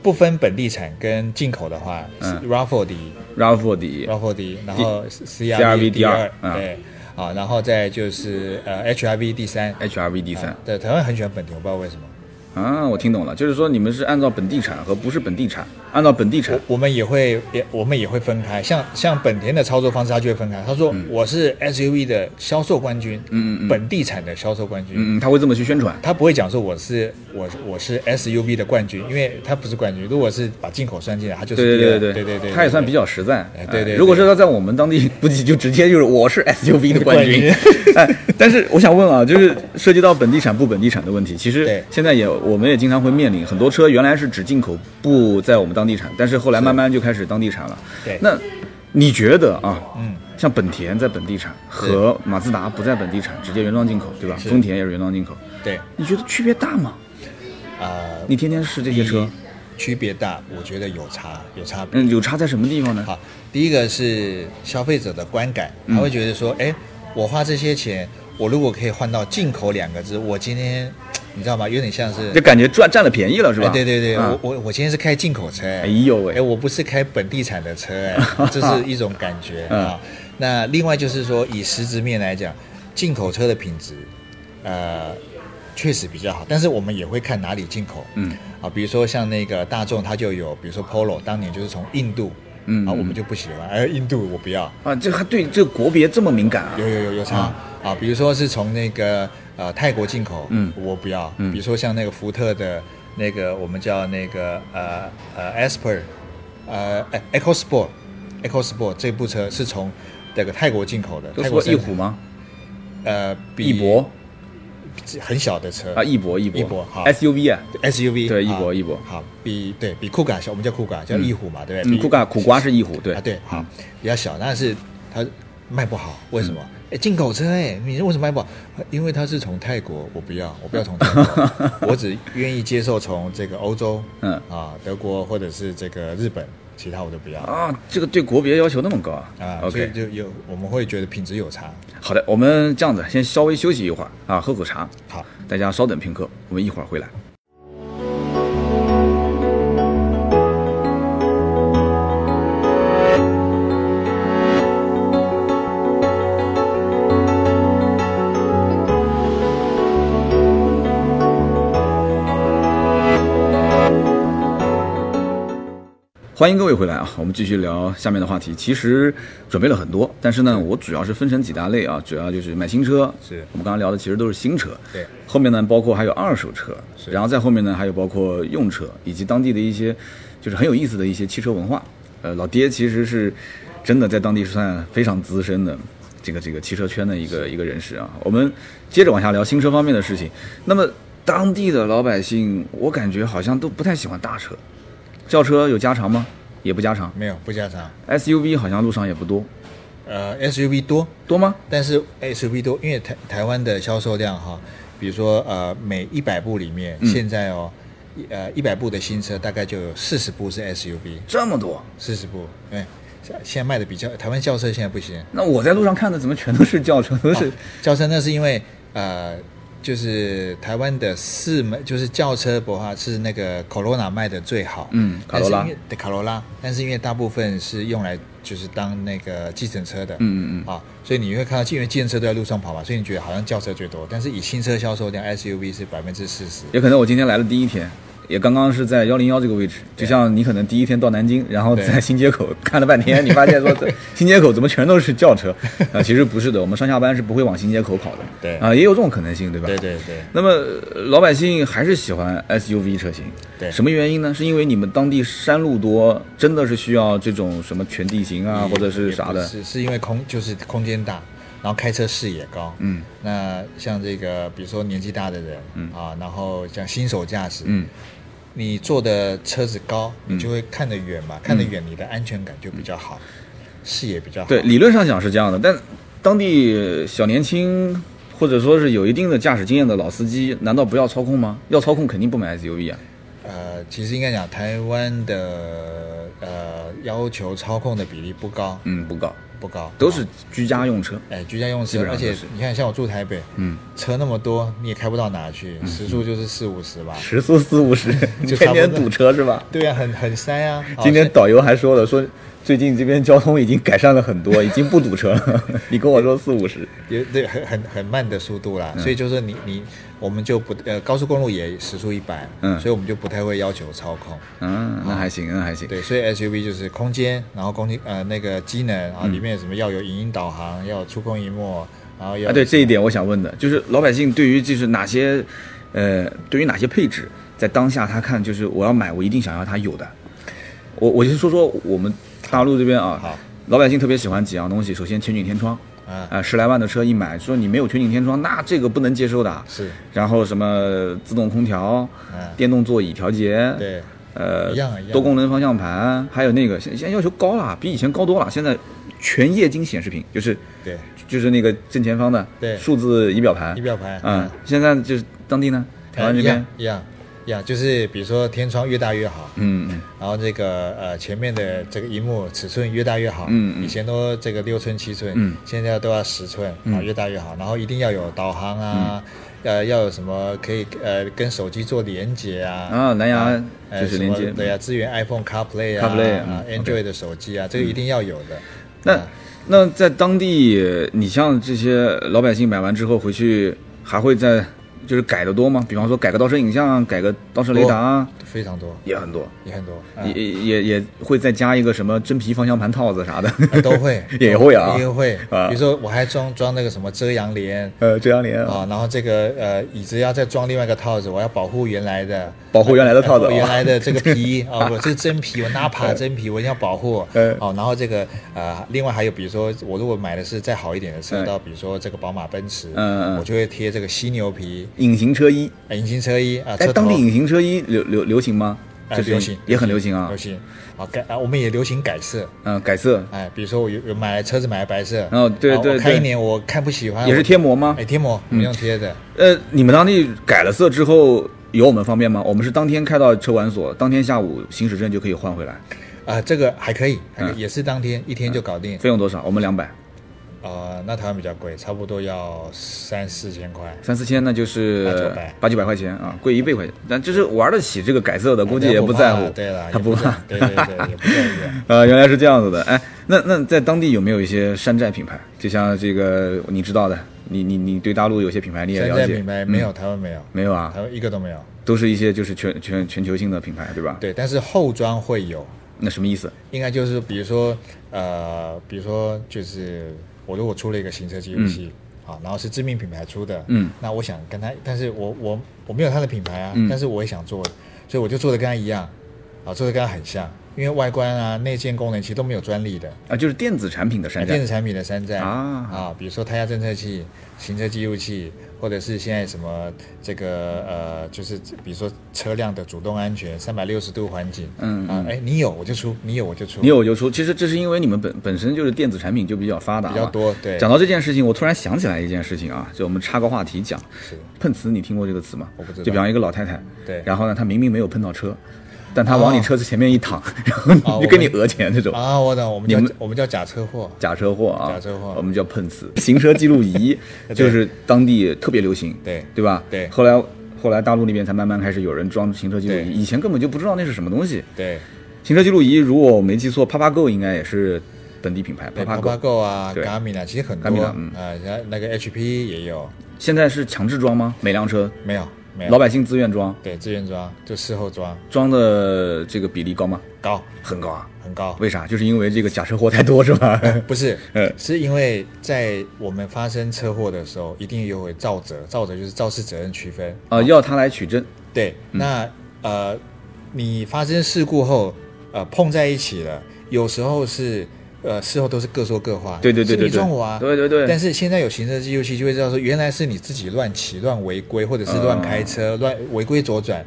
B: 不分本地产跟进口的话，是
A: 嗯
B: RAV4 第一
A: ，RAV4 第一，
B: ，RAV4 第一，然后
A: CRV
B: CRV
A: 第
B: 第
A: 二
B: 二，
A: 嗯
B: 对，啊，然后再就是呃 HRV 第三，
A: ，HRV 第三
B: 啊。对，台湾很喜欢本田，我不知道为什么，
A: 啊，我听懂了，就是说你们是按照本地产和不是本地产，按照本地产
B: 我我们也会也我们也会分开，像像本田的操作方式，他就会分开，他说我是 SUV 的销售冠军，
A: 嗯嗯嗯
B: 本地产的销售冠军，
A: 嗯，他会这么去宣传。
B: 他不会讲说我是我我是 SUV 的冠军，因为他不是冠军。如果是把进口算进来，他就是
A: 对
B: 第
A: 对
B: 二
A: 对
B: 对对对，
A: 他也算比较实在。
B: 哎对对对
A: 如果是他在我们当地， [laughs] 估计就直接就是我是 SUV 的冠军
B: 冠。
A: [laughs] 哎，但是我想问啊，就是涉及到本地产不本地产的问题，其实
B: 对
A: 现在也我们也经常会面临很多车原来是只进口不在我们当地产，但是后来慢慢就开始当地产了。
B: 对
A: 那你觉得啊？
B: 嗯，
A: 像本田在本地产和马自达不在本地产，直接原装进口，对吧？
B: 是
A: 丰田也是原装进口，
B: 对啊、
A: 你觉得区别大吗？
B: 呃，
A: 你天天试这些车，
B: 区别大，我觉得有差有差别。
A: 嗯，有差在什么地方呢？
B: 好，第一个是消费者的观感，他会觉得说，哎、我花这些钱，我如果可以换到进口两个字，我今天你知道吗？有点像是
A: 就感觉赚占了便宜了，是吧？
B: 哎，对对对，
A: 嗯
B: 我我我今天是开进口车，哎
A: 哎呦喂 [laughs]
B: 哎，我不是开本地产的车，哎，这是一种感觉
A: 嗯
B: 啊。那另外就是说，以实质面来讲，进口车的品质，呃，确实比较好，但是我们也会看哪里进口。
A: 嗯
B: 啊，比如说像那个大众，它就有，比如说 Polo，当年就是从印度，
A: 嗯
B: 啊，
A: 嗯
B: 我们就不喜欢，哎，印度我不要，
A: 啊，这还对这个国别这么敏感啊？
B: 有有有有差啊，比如说是从那个呃泰国进口，
A: 嗯
B: 我不要，
A: 嗯
B: 比如说像那个福特的那个我们叫那个呃呃 Asper，呃哎 Eco Sport Eco Sport 这部车是从这个泰国进口的，
A: 都
B: 泰国
A: 说翼
B: 生
A: 虎？
B: 产
A: 吗？
B: 呃，比
A: 翼博
B: 很小的车
A: 啊，翼博翼博
B: 翼博好
A: SUV 啊，
B: SUV
A: 对翼
B: 啊
A: 博翼博
B: 好比对比酷卡小，我们叫酷卡叫翼虎嘛，对不
A: 嗯，
B: 对？比
A: 酷咖苦瓜是翼虎，对
B: 啊，对，好
A: 嗯，
B: 比较小，但是它卖不好，为什么？哎，进口车哎，你为什么卖
A: [laughs]
B: 不好？因为它是从泰国，我不要，我不要从泰国，我只愿意接受从这个欧洲，
A: 嗯
B: 啊，德国或者是这个日本，其他我都不要啊。
A: 啊，这个对国别要求那么高啊
B: 所以
A: ？OK，
B: 就有我们会觉得品质有差。
A: 好的，我们这样子先稍微休息一会儿啊，喝口茶，
B: 好，
A: 大家稍等片刻，我们一会儿回来。欢迎各位回来啊！我们继续聊下面的话题。其实准备了很多，但是呢，我主要是分成几大类啊，主要就是买新车，
B: 是
A: 我们刚刚聊的其实都是新车，
B: 对
A: 后面呢，包括还有二手车，
B: 是
A: 然后再后面呢，还有包括用车以及当地的一些就是很有意思的一些汽车文化。呃，老爹其实是真的在当地算非常资深的这个这个汽车圈的一个一个人士啊。我们接着往下聊新车方面的事情。那么当地的老百姓，我感觉好像都不太喜欢大车，轿车有加长吗？也不加长
B: 没有不加长，
A: ，SUV 好像路上也不多，
B: 呃，SUV 多，
A: 多吗？
B: 但是 SUV 多，因为台台湾的销售量哈，比如说呃每一百部里面，
A: 嗯
B: 现在哦，一呃一百部的新车大概就有四十部是 SUV，
A: 这么多？
B: 四十部，对，现现在卖的比较台湾轿车现在不行，
A: 那我在路上看的怎么全都是轿车，都是、
B: 哦轿车那是因为呃。就是台湾的四门，就是轿车的话是那个 Corona 卖的最好，
A: 嗯
B: 但是因为
A: Corolla
B: 对卡罗拉，但是因为大部分是用来就是当那个计程车的，
A: 嗯嗯
B: 啊，所以你会看到，因为计程车都在路上跑嘛，所以你觉得好像轿车最多，但是以新车销售量，SUV 是百分之四十，
A: 也可能我今天来的第一天，也刚刚是在幺零幺这个位置，就像你可能第一天到南京，然后
B: 对
A: 在新街口 [laughs] 看了半天，你发现说
B: [laughs]
A: 这新街口怎么全都是轿车啊？其实不是的，我们上下班是不会往新街口跑的，
B: 对
A: 啊，也有这种可能性，对吧？
B: 对对对，
A: 那么呃老百姓还是喜欢 SUV 车型，
B: 对
A: 什么原因呢？是因为你们当地山路多，真的是需要这种什么全地形啊，或者是啥的，
B: 是是因为空就是空间大，然后开车视野高。
A: 嗯，
B: 那像这个比如说年纪大的人，嗯啊，然后像新手驾驶，
A: 嗯，
B: 你坐的车子高，你就会看得远嘛，看得远你的安全感就比较好，视野比较好。
A: 嗯对，理论上讲是这样的，但当地小年轻或者说是有一定的驾驶经验的老司机，难道不要操控吗？要操控肯定不买 SUV 啊。
B: 呃，其实应该讲台湾的呃要求操控的比例不高，
A: 嗯，不搞，
B: 不高，啊
A: 都是居家用车。
B: 哎，居家用
A: 基
B: 车
A: 本，上
B: 而
A: 都
B: 且
A: 是
B: 你看，像我住台北，
A: 嗯，
B: 车那么多，你也开不到哪去，时速就是四五十吧，
A: 时速四 [laughs] 五十，
B: 就
A: 天天
B: 差不多
A: 堵车是吧？
B: 对啊，很很塞啊。哦
A: 今天导游还说了，说最近这边交通已经改善了很多，已经不堵车 [laughs] 了。你跟我说四五十，
B: 也对，很很很慢的速度啦，
A: 嗯
B: 所以就是你你我们就不呃高速公路也时速一百，
A: 嗯
B: 所以我们就不太会要求操控，
A: 嗯，那还行，那还行。
B: 对，所以 SUV 就是空间，然后空间呃那个机能，然
A: 嗯
B: 后里面有什么要有影音导航，要有触控荧幕，然后要
A: 啊，对这一点我想问的，就是老百姓对于就是哪些，呃，对于哪些配置，在当下他看就是我要买，我一定想要它有的。我我先说说我们大陆这边啊，
B: 好
A: 老百姓特别喜欢几样东西，首先全景天窗，
B: 啊、
A: 啊，十来万的车一买，说你没有全景天窗，那这个不能接受的。
B: 是
A: 然后什么自动空调、
B: 嗯
A: 电动座椅调节，
B: 对
A: 呃
B: 一样一样，
A: 多功能方向盘，还有那个现现在要求高了，比以前高多了。现在全液晶显示屏，就是
B: 对
A: 就是那个正前方的
B: 对
A: 数字仪表盘，
B: 仪表盘哎
A: 嗯，现在就是当地呢，台湾这
B: 一
A: 边
B: 样，一样一样，就是比如说天窗越大越好，
A: 嗯嗯，
B: 然后这个呃前面的这个荧幕尺寸越大越好，
A: 嗯嗯
B: 以前都这个六寸七寸，
A: 嗯
B: 现在都要十寸啊，越大越好。然后一定要有导航啊，
A: 嗯
B: 呃要有什么可以呃跟手机做连接啊，
A: 啊蓝牙
B: 呃
A: 就是
B: 什么
A: 连接嗯
B: 对啊，支援 iPhone CarPlay
A: CarPlay，嗯
B: 啊
A: ，OK
B: 啊
A: 嗯
B: Android 的手机啊，这个一定要有的。
A: 那那在当地，你像这些老百姓买完之后回去，还会在就是改的多吗？比方说改个倒车影像，改个倒车雷达啊，
B: 非常多，
A: 也很多，
B: 也很多，啊
A: 也也也会再加一个什么真皮方向盘套子啥
B: [laughs]
A: 的，
B: 啊都会
A: [laughs] 也会啊
B: 也会。
A: 啊
B: 比如说我还装装那个什么遮阳帘
A: 呃，遮阳帘啊，
B: 啊，然后这个呃椅子要再装另外一个套子，我要保护原来的，呃
A: 保护原来的套子
B: 保护
A: 啊
B: 原来的这个
A: [laughs]
B: 皮啊，我这个真皮，我 Napa 真皮，我一定要保护。
A: 嗯
B: 哦，然后这个呃，另外还有比如说我如果买的是再好一点的车，
A: 嗯
B: 到比如说这个宝马、奔驰，
A: 嗯嗯嗯
B: 我就会贴这个犀牛皮
A: 隐形车衣。
B: 呃隐形车衣啊，
A: 哎，
B: 车头
A: 当地隐形车衣流流流行吗？
B: 呃
A: 就是
B: 流行
A: 也很流行啊
B: 流。行啊改啊，我们也流行改色。
A: 嗯，改色
B: 哎，比如说我有有买车子买了白色，
A: 哦对
B: 啊我
A: 对
B: 开
A: 对
B: 一年我看不喜欢，
A: 也是
B: 我
A: 贴膜吗嗯
B: 哎，？贴膜，我们用贴的，
A: 呃，你们当地改了色之后有我们方便吗？我们是当天开到车管所，当天下午行驶证就可以换回来，
B: 啊，这个还可以，
A: 嗯
B: 还可以也是当天一天就搞定，
A: 费用多少？我们两百
B: 啊，那台湾比较贵，差不多要三四千块，
A: 三四千，那就是
B: 八九百
A: 八九百块钱啊，贵一倍块钱。但就是玩得起这个改色的，估计
B: 人家
A: 也
B: 不怕
A: 在乎，
B: 啊对了，
A: 他
B: 也不
A: 怕 [laughs]
B: 在。对对对，也不在意。
A: 呃，原来是这样子的，哎，那那在当地有没有一些山寨品牌？就像这个你知道的，你你你对大陆有些品 [laughs] 牌你也
B: 山
A: 了
B: 寨
A: 解，
B: 品牌没有，台湾没有，
A: 没有啊
B: 台？湾一个都没有。
A: 都是一些就是全全全球性的品牌，对吧？
B: 对，但是后装会有，
A: 那什么意思？
B: 应该就是比如说呃，比如说就是我如果出了一个行车记录器。啊，然后是知名品牌出的，
A: 嗯，
B: 那我想跟他，但是我我我没有他的品牌啊，但是我也想做，所以我就做的跟他一样，啊，做的跟他很像，因为外观啊、内建功能其实都没有专利的，
A: 啊，就是电子产品的山
B: 电
A: 寨
B: 子产品的山寨
A: 啊
B: 比如说胎压侦测器、行车记录器，或者是现在什么这个呃，就是比如说车辆的主动安全、三百六十度环景，
A: 嗯
B: 啊，哎，你有我就出，你有我就出，
A: 你有就出。其实这是因为你们本本身就是电子产品就比较发达嘛，
B: 比较多对
A: 讲到这件事情，我突然想起来一件事情啊，就我们插个话题讲，
B: 是
A: 碰瓷，你听过这个词吗？
B: 我不知道
A: 就比方一个老太太，
B: 对哦
A: 然后呢，她明明没有碰到车，但她往你车子前面一躺，然后
B: 啊我
A: 你就跟你
B: 们
A: 讹钱这种。
B: 啊，我懂，我们
A: 你
B: 叫
A: 们
B: 我们叫假车祸，
A: 假车祸啊，
B: 假车祸
A: 我们叫碰瓷。行车记录
B: [laughs]
A: 仪就是当地特别流行，
B: 对
A: 对吧？
B: 对
A: 后来后来大陆那边才慢慢开始有人装行车记录
B: 对
A: 仪，以前根本就不知道那是什么东西。
B: 对，
A: 行车记录仪，如果我没记错，PapaGo 应该也是本地品牌
B: 对 p a
A: ，PapaGo。
B: g o 啊
A: 对
B: ，Garmin 啊，其实很
A: Garmin
B: 多
A: 啊嗯
B: 啊，然后那个 HP 也有，
A: 现在是强制装吗？每辆车，
B: 没有没有，
A: 老百姓自愿装，
B: 对自愿装就事后装，
A: 装的这个比例高吗？
B: 高
A: 很高啊。
B: 很高，
A: 为啥？就是因为这个假车祸太多是
B: [laughs]
A: 吧？
B: 不是
A: 嗯，
B: 是因为在我们发生车祸的时候，一定有肇责，肇责就是肇事责任区分。
A: 啊，要他来取证，
B: 对，
A: 嗯
B: 那呃，你发生事故后，呃，碰在一起了，有时候是呃，事后都是各说各话。
A: 对对对
B: 是
A: 对
B: 你
A: 对，
B: 撞我啊！
A: 对对对。
B: 但是现在有行车记录器，就会知道说，原来是你自己乱骑、乱违规，或者是乱开车、乱违规左转。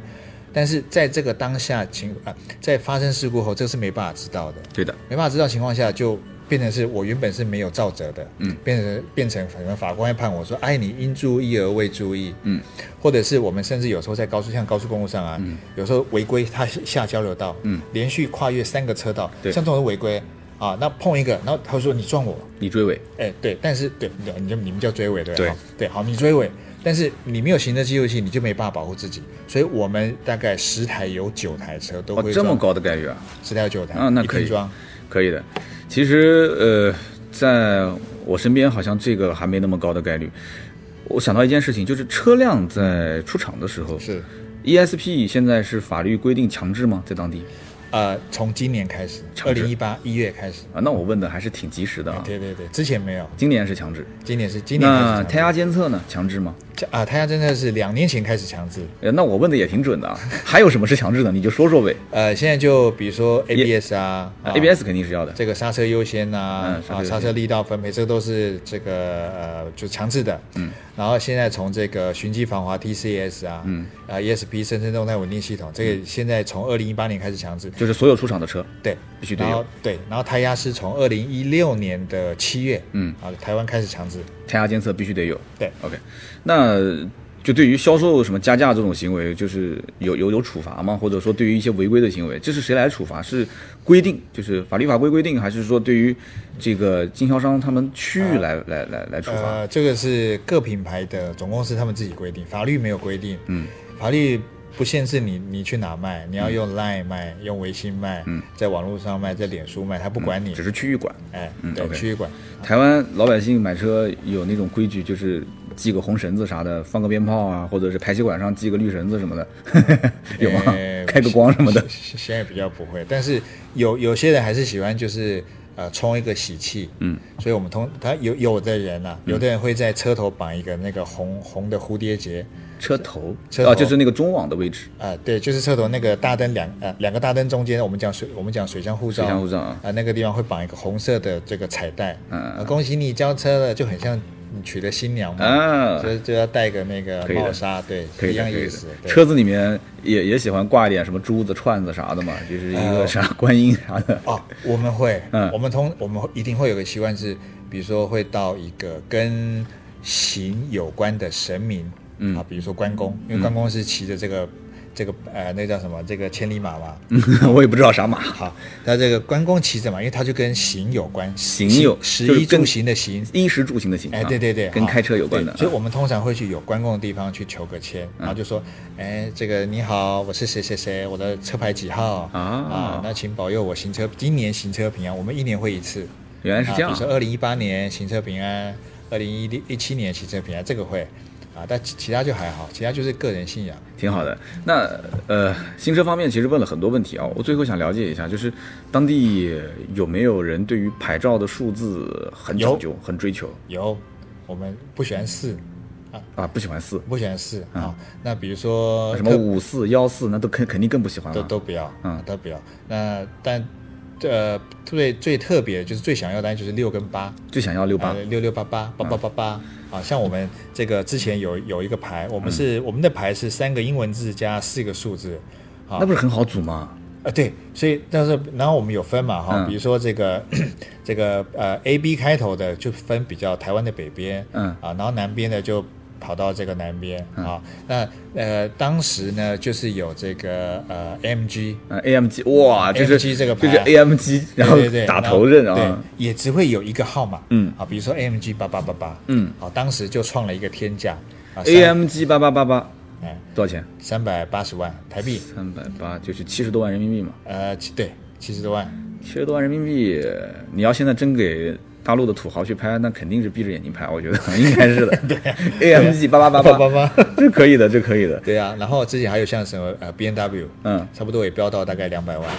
B: 但是在这个当下情啊、在发生事故后，这个是没办法知道的。
A: 对的，
B: 没办法知道情况下，就变成是我原本是没有造责的，嗯，变成变成可能法官会判我说，哎，你应注意而未注意，嗯，或者是我们甚至有时候在高速像高速公路上啊，有时候违规他下交流道，嗯，连续跨越三个车道，
A: 对
B: 像这种是违规啊，那碰一个，然后他说你撞我，
A: 你追尾，
B: 哎，对，但是对，你你就你们叫追尾对吧？
A: 对
B: 好对，好，你追尾，但是你没有行车记录器，你就没办法保护自己，所以我们大概十台有九台车都
A: 哦
B: 会，
A: 这么
B: 撞，
A: 高的概率啊！
B: 十台有九台，
A: 啊那
B: 一
A: 可以
B: 拼装。
A: 可以的。其实呃，在我身边好像这个还没那么高的概率。我想到一件事情，就是车辆在出厂的时候，
B: 是
A: ESP ，E 现在是法律规定强制吗？在当地
B: 呃，从今年开始，
A: 强
B: 二
A: 制
B: 零一八一月开始。
A: 啊？那我问的还是挺及时的啊。
B: 对对对，之前没有，
A: 今年是强制，
B: 今年是今年开
A: 那
B: 始
A: 胎
B: 强
A: 压监测呢？强制吗？
B: 制。啊，胎压真的是两年前开始强制。
A: 呃，那我问的也挺准的啊。 [laughs] 还有什么是强制的？你就说说呗。
B: 呃，现在就比如说 ABS 啊
A: 啊
B: 啊
A: ABS 肯定是要的。
B: 这个刹车优先
A: 嗯
B: 呐、啊
A: 刹车优先
B: 刹车力道分配，这都是这个呃就强制的。嗯。然后现在从这个循迹防滑 TCS 啊，嗯，啊 ESP 深深动态稳定系统，
A: 嗯
B: 这个现在从二零一八年开始强制。
A: 就是所有出厂的车，
B: 对，
A: 必须得
B: 然
A: 有
B: 后对，然后胎压是从二零一六年的七月，嗯，啊，台湾开始强制。
A: 胎压监测必须得有。
B: 对
A: ，OK，那就对于销售什么加价这种行为，就是有有有处罚吗？或者说对于一些违规的行为，这是谁来处罚？是规定，就是法律法规规定，还是说对于这个经销商他们区
B: 啊
A: 域来、来来来处罚？
B: 呃，这个是各品牌的总公司他们自己规定，法律没有规定。嗯，法律不限制你你去哪卖，你
A: 嗯
B: 要用 Line 卖，用微信卖，在网络上卖，在脸书卖，他不管你
A: 只。是区域管。
B: 哎
A: 嗯，
B: 对，
A: OK
B: 区域管，
A: 台湾老百姓买车有那种规矩，就是系个红绳子啥的，放个鞭炮啊，或者是排气管上系个绿绳子什么的， [laughs] 有吗
B: 呃？
A: [laughs] 开个光什么的。
B: 现现在比较不会，但是有有些人还是喜欢就是呃冲一个喜气，嗯，所以我们通他有有的人啊，
A: 嗯
B: 有的人会在车头绑一个那个红红的蝴蝶结，
A: 车头，
B: 车头
A: 啊，就是那个中网的位置。
B: 啊、对，就是车头那个大灯两呃两个大灯中间，我们讲水我们讲水箱护罩，
A: 水箱护罩啊
B: 啊、那个地方会绑一个红色的这个彩带，
A: 嗯
B: 呃恭喜你交车了，就很像你娶了新娘嘛，
A: 啊
B: 所以就要戴个那个
A: 可以的
B: 帽纱，对，
A: 可以
B: 嗯一
A: 的
B: 样
A: 可以
B: 意
A: 的
B: 思，对
A: 车子里面也也喜欢挂一点什么珠子、串子啥的嘛，就是一个啥观音啥的。 [laughs]
B: 哦，我们会，
A: 嗯
B: 我们通我们会一定会有个习惯是，比如说会到一个跟行有关的神明，嗯啊，比如说关公，因为关公是骑着这个、这个呃那叫什么这个千里马嘛，
A: 嗯我也不知道啥马，
B: 好，那这个关公骑着嘛，因为它就跟行有关，
A: 行有
B: 食
A: 就是
B: 衣
A: 跟
B: 住行的行，
A: 衣食住行的行。
B: 哎，
A: 啊
B: 对对对，
A: 跟
B: 好
A: 开车有关的。
B: 对所以
A: 啊
B: 我们通常会去有关公的地方去求个签，然后就说，哎，这个你好，我是谁谁谁，我的车牌几号
A: 啊
B: 那请保佑我行车，今年行车平安。我们一年会一次，
A: 原来是这样
B: 啊比如说二零一八年行车平安，二零一六一七年行车平安，这个会啊，但其其他就还好，其他就是个人信仰。
A: 挺好的。那呃，新车方面其实问了很多问题啊，我最后想了解一下，就是当地有没有人对于牌照的数字很
B: 有
A: 讲究、很追求
B: 有，我们不喜欢四啊，
A: 啊？不喜欢四，
B: 不喜欢四啊。那比如说
A: 什么
B: 呃特
A: 五四、幺四，那都肯肯定更不喜欢
B: 都
A: 了。
B: 都不要，啊
A: 嗯
B: 都不要。那但呃，最最特别就是最想要的当然就是六跟八，
A: 就想要六八嗯
B: 啊，六六八八八八八八啊，像我们这个之前有有一个牌，我们
A: 嗯
B: 是、我们的牌是三个英文字加四个数字，啊
A: 那不是很好组吗？
B: 啊对，所以但是然后我们有分嘛哈，
A: 嗯
B: 比如说这个 [clears throat] 这个呃 A B 开头的就分比较台湾的北边，
A: 嗯
B: 啊，然后南边的就跑到这个南边啊，那呃当时呢就是有这个呃 M G。
A: 呃，AMG，哇，就是
B: AMG 这个牌
A: 就是 AMG，然后
B: 对对对
A: 打头阵
B: 然后
A: 啊，
B: 对，也只会有一个号码，
A: 嗯
B: 啊，比如说 AMG 八八八八，
A: 嗯，
B: 啊，当时就创了一个天价啊哎
A: ，AMG 八八八八多少钱？
B: 三百八十万台币，
A: 三百八就是七十多万人民币嘛，
B: 呃，其对，七十多万，
A: 七十多万人民币，你要现在真给大陆的土豪去拍，那肯定是闭着眼睛拍，我觉得应该
B: [laughs]
A: 是的。对，AMG [laughs] 八八八八
B: 888，
A: 这可以的，这可以的。
B: 对啊，然后之前还有像什么呃 B N W，
A: 嗯，
B: 差不多也飙到大概两百万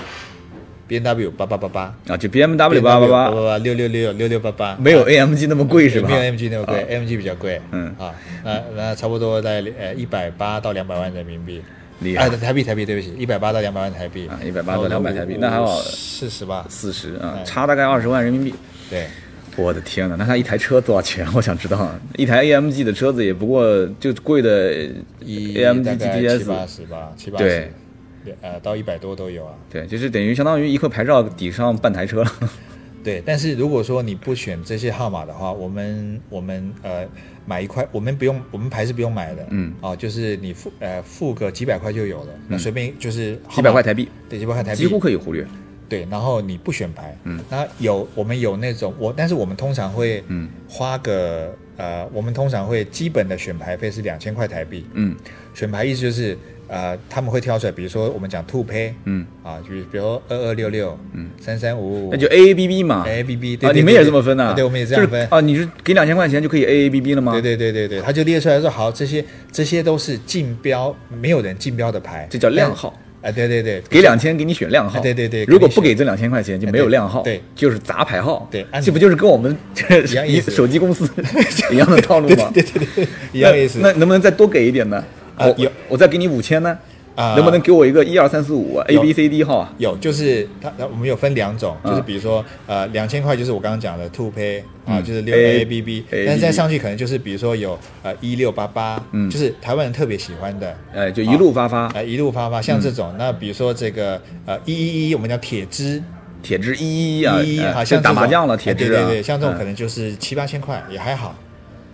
B: ，B N W 八八八八
A: 啊，就 BMW 八八八
B: 八八六六六六六八八，
A: 没有 AMG 那么贵是吧啊
B: 没？有 M G 那么贵，M G 比较贵，
A: 嗯
B: 啊，那那差不多在呃一百八到两百万人民币，
A: 厉害
B: 啊台币台币，对不起，一百八到两百万台币，
A: 啊180到200台币那还好
B: 四十吧，
A: 四十
B: 哎
A: 啊，差大概二十万人民币。
B: 对，
A: 我的天呐，那他一台车多少钱？我想知道啊，一台 AMG 的车子也不过就贵的
B: 一
A: AMG
B: 大概七八
A: GTS，
B: 十吧，七八
A: 对
B: 十，对，呃，到一百多都有啊，
A: 对，就是等于相当于一块牌照抵上半台车了。
B: 对，但是如果说你不选这些号码的话，我们我们呃买一块，我们不用，我们牌是不用买的，
A: 嗯，
B: 哦，就是你付呃付个几百块就有了，那随便就是
A: 几百块台
B: 币，
A: 币，
B: 对，几百块台币
A: 几乎可以忽略。
B: 对，然后你不选牌，嗯，那有我们有那种我，但是我们通常会，嗯，花个呃，我们通常会基本的选牌费是两千块台币，
A: 嗯，
B: 选牌意思就是呃他们会挑出来，比如说我们讲兔胚，
A: 嗯，
B: 啊，比如比如二二六六，嗯，三三五五，
A: 那就 A A B B 嘛
B: A B B，
A: 啊，你们也是这么分的、
B: 对，我们也这样分
A: 就是。啊，你是给两千块钱就可以 A A B B 了吗？
B: 对，对对对对，他就列出来说，好，这些这些都是竞标，没有人竞标的牌，
A: 这叫量号，
B: 哎，对对对，
A: 给两千给你选量号。
B: 啊对对对
A: 如果
B: 给你选哎
A: 不给这两千块钱就没有量号，
B: 对对
A: 就是杂牌号。
B: 对按
A: 这不就是跟我们这 [laughs]
B: 一样意思
A: 手机公司
B: [laughs]
A: 一样的套路吗？对对对
B: 一样意思。
A: 那能不能再多给一点呢？
B: 啊
A: 我
B: 有
A: 我再给你五千呢？
B: 啊
A: 能不能给我一个一二三四五 A
B: 有
A: B C D 号啊？
B: 有，就是它，它我们有分两种，
A: 嗯
B: 就是比如说，呃，两千块就是我刚刚讲的兔胚啊，就是六
A: A-
B: A B B，
A: ABB
B: 但是再上去可能就是比如说有呃一六八八，
A: 嗯
B: 就是台湾人特别喜欢的，
A: 哎，就一路发发，
B: 呃一路发发，
A: 嗯
B: 像这种，那比如说这个呃一一一，我们叫铁枝，
A: 铁汁一一啊，
B: 一一
A: 哎
B: 好
A: 就
B: 像
A: 打
B: 这
A: 麻
B: 种
A: 将了，
B: 哎
A: 铁
B: 对
A: 汁
B: 对
A: 啊，
B: 对，像这种
A: 嗯
B: 可能就是七八千块也还好，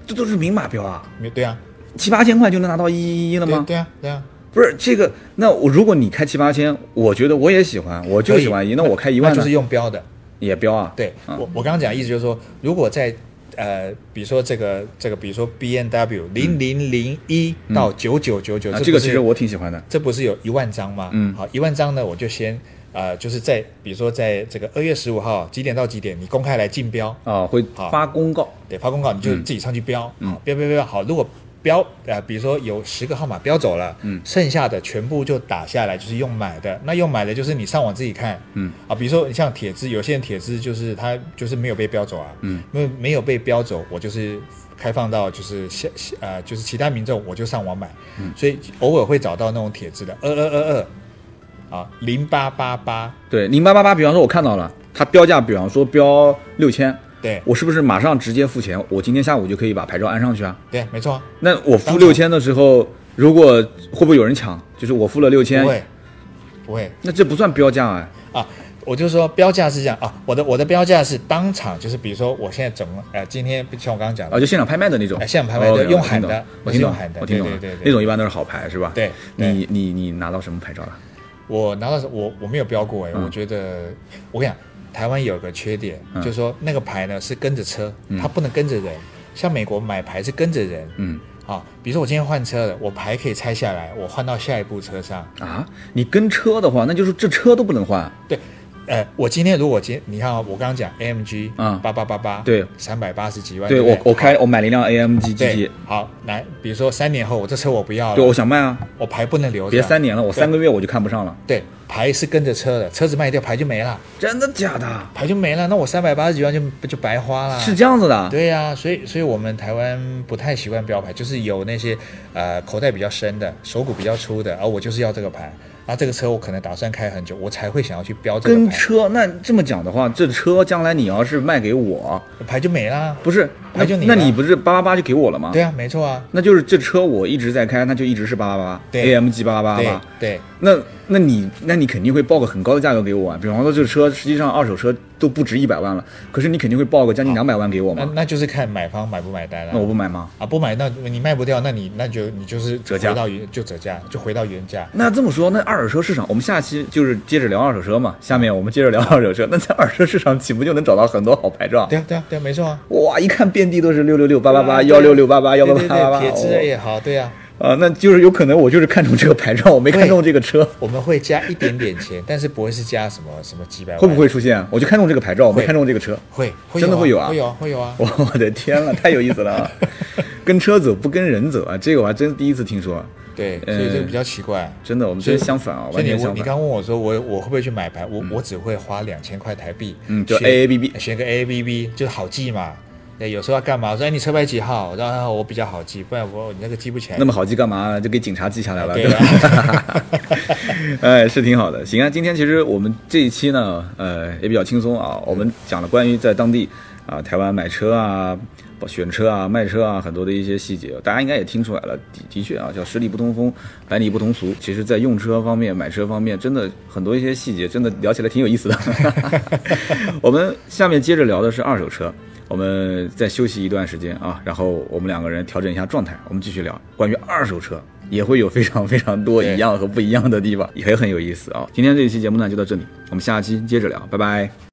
A: 这都是明码标啊，
B: 没对啊，
A: 七八千块就能拿到一一一了
B: 对
A: 吗？
B: 对啊对啊，
A: 不是这个，那我如果你开七八千，我觉得我也喜欢，我就
B: 可以
A: 喜欢一，那我开一万
B: 那
A: 呢
B: 就是用标的，
A: 也标啊。
B: 对
A: 啊
B: 我我刚刚讲的意思就是说，如果在呃，比如说这个这个，比如说 B N W 零零零一到九九九九，
A: 嗯啊，
B: 不
A: 这个其
B: 是
A: 实我挺喜欢的。
B: 这不是有一万张吗？
A: 嗯
B: 好，一万张呢，我就先呃，就是在比如说在这个二月十五号几点到几点，你公开来竞标，
A: 啊，会
B: 好
A: 发公告，
B: 对，发公告你就自己上去标，好，标标标好，如果标呃，比如说有十个号码标走了，嗯，剩下的全部就打下来，就是用买的。那用买的就是你上网自己看，
A: 嗯，
B: 啊，比如说你像铁资，有些人铁资就是他就是没有被标走啊，嗯，因为没有被标走，我就是开放到就是下下呃就是其他民众我就上网买，嗯，所以偶尔会找到那种铁资的呃二二二二，啊，零八八八，
A: 对，零八八八，比方说我看到了，它标价，比方说标六千，
B: 对
A: 我是不是马上直接付钱？我今天下午就可以把牌照安上去啊？
B: 对，没错啊，
A: 那我付
B: 当场
A: 六千的时候，如果会不会有人抢？就是我付了六
B: 不
A: 千，
B: 会，不会。
A: 那这不算标价哎。
B: 啊，我就说标价是这样啊，我的我的标价是当场，就是比如说我现在整呃，今天像我刚刚讲的，
A: 啊，就现场拍卖的那种，
B: 哎现场拍卖的
A: 哦，OK，
B: 用
A: 我听
B: 喊
A: 懂
B: 的
A: 我听
B: 是
A: 懂
B: 用喊的
A: 我听懂了
B: 对对对对
A: 那种一般都是好牌是吧？
B: 对对
A: 你你你拿到什么牌照了？
B: 我拿到我我没有标过哎、
A: 嗯
B: 我觉得我跟你讲，台湾有个缺点，就是说那个牌呢是跟着车，它不能跟着人，像美国买牌是跟着人，
A: 嗯
B: 啊，比如说我今天换车了，我牌可以拆下来，我换到下一部车上，
A: 啊，你跟车的话，那就是这车都不能换，
B: 对。呃，我今天如果今你看啊，我刚刚讲 AMG，
A: 嗯
B: 八八八八，
A: 对
B: 三百八十几万，
A: 对
B: 对
A: 我
B: 不对
A: 我开我买了一辆 AMG
B: 对
A: GT，，
B: 好，来，比如说三年后我这车我不要了，
A: 对我想卖啊，
B: 我牌不能留着，
A: 别三年了，我
B: 对
A: 三个月我就看不上了，
B: 对牌是跟着车的，车子卖掉牌就没了，
A: 真的假的？
B: 牌就没了，那我三百八十几万就不就白花了。
A: 是这样子的，
B: 哎对呀、所以所以我们台湾不太习惯标牌，就是有那些呃口袋比较深的，手骨比较粗的，而、啊我就是要这个牌，那这个车我可能打算开很久，我才会想要去标这个
A: 跟
B: 牌，
A: 车那这么讲的话，这车将来你要是卖给我，
B: 牌就没啦。
A: 不是，那
B: 那就你
A: 那
B: 了
A: 你不是八八八就给我了吗？
B: 对啊，没错啊，
A: 那就是这车我一直在开，那就一直是八八八
B: 对
A: ，AMG 八八八
B: 对
A: 吧。
B: 对
A: 那那你那你肯定会报个很高的价格给我啊，比方说这车实际上二手车都不值一百万了，可是你肯定会报个将近两百万给我
B: 那
A: 嘛？
B: 那就是看买方买不买单了、
A: 那我不买吗？
B: 啊，不买那你卖不掉，那你那就你就是
A: 折价
B: 回到原就折价，就回到原价。
A: 那这么说，那二手车市场，我们下期就是接着聊二手车嘛。下面我们接着聊二手车，那 [laughs] 在二手车市场岂不就能找到很多好牌照？
B: 对啊，对啊，对啊，没错啊。
A: 哇，一看遍地都是六六六八八八
B: 对
A: 幺
B: 啊
A: 六六八八幺八
B: 对
A: 八
B: 对
A: 八八哦
B: 对，
A: 八
B: 撇之也好，对啊，
A: 啊，那就是有可能我就是看中这个牌照，我没看中这个车，
B: 我们会加一点点钱，但是不会是加什么什么几百万，
A: 会不会出现？我就看中这个牌照，我没
B: 会
A: 看中这个车。
B: 会？会
A: 真的会有啊
B: 会有啊，会有啊。
A: 我我的天了，太有意思了啊！跟车走不跟人走啊，这个我还真第一次听说。
B: 对，所
A: 呃
B: 以这个比较奇怪。啊
A: 真的，我们真相反啊，
B: 所
A: 完全
B: 以你问
A: 相
B: 你
A: 反。
B: 刚问我说我我会不会去买牌？我我只会花两千块台币，
A: 嗯就
B: 学
A: AABB
B: 学个 AABB 就好记嘛。对，有时候要干嘛？我说哎，你车牌几号？然后哦我比较好记，不然我你那个记不起来。
A: 那么好记干嘛？就给警察记下来了，
B: 对
A: 吧？
B: 啊，
A: [laughs] 哎，是挺好的。行啊，今天其实我们这一期呢，呃，也比较轻松啊。我们讲了关于在当地啊、台湾买车啊、选车啊、卖车啊很多的一些细节，大家应该也听出来了。的的确啊，叫十里不通风，百里不同俗。其实，在用车方面、买车方面，真的很多一些细节，真的聊起来挺有意思的。 [laughs] 我们下面接着聊的是二手车。我们再休息一段时间啊，然后我们两个人调整一下状态，我们继续聊关于二手车，也会有非常非常多
B: 对
A: 一样和不一样的地方，也很有意思啊。今天这一期节目呢就到这里，我们下期接着聊，拜拜。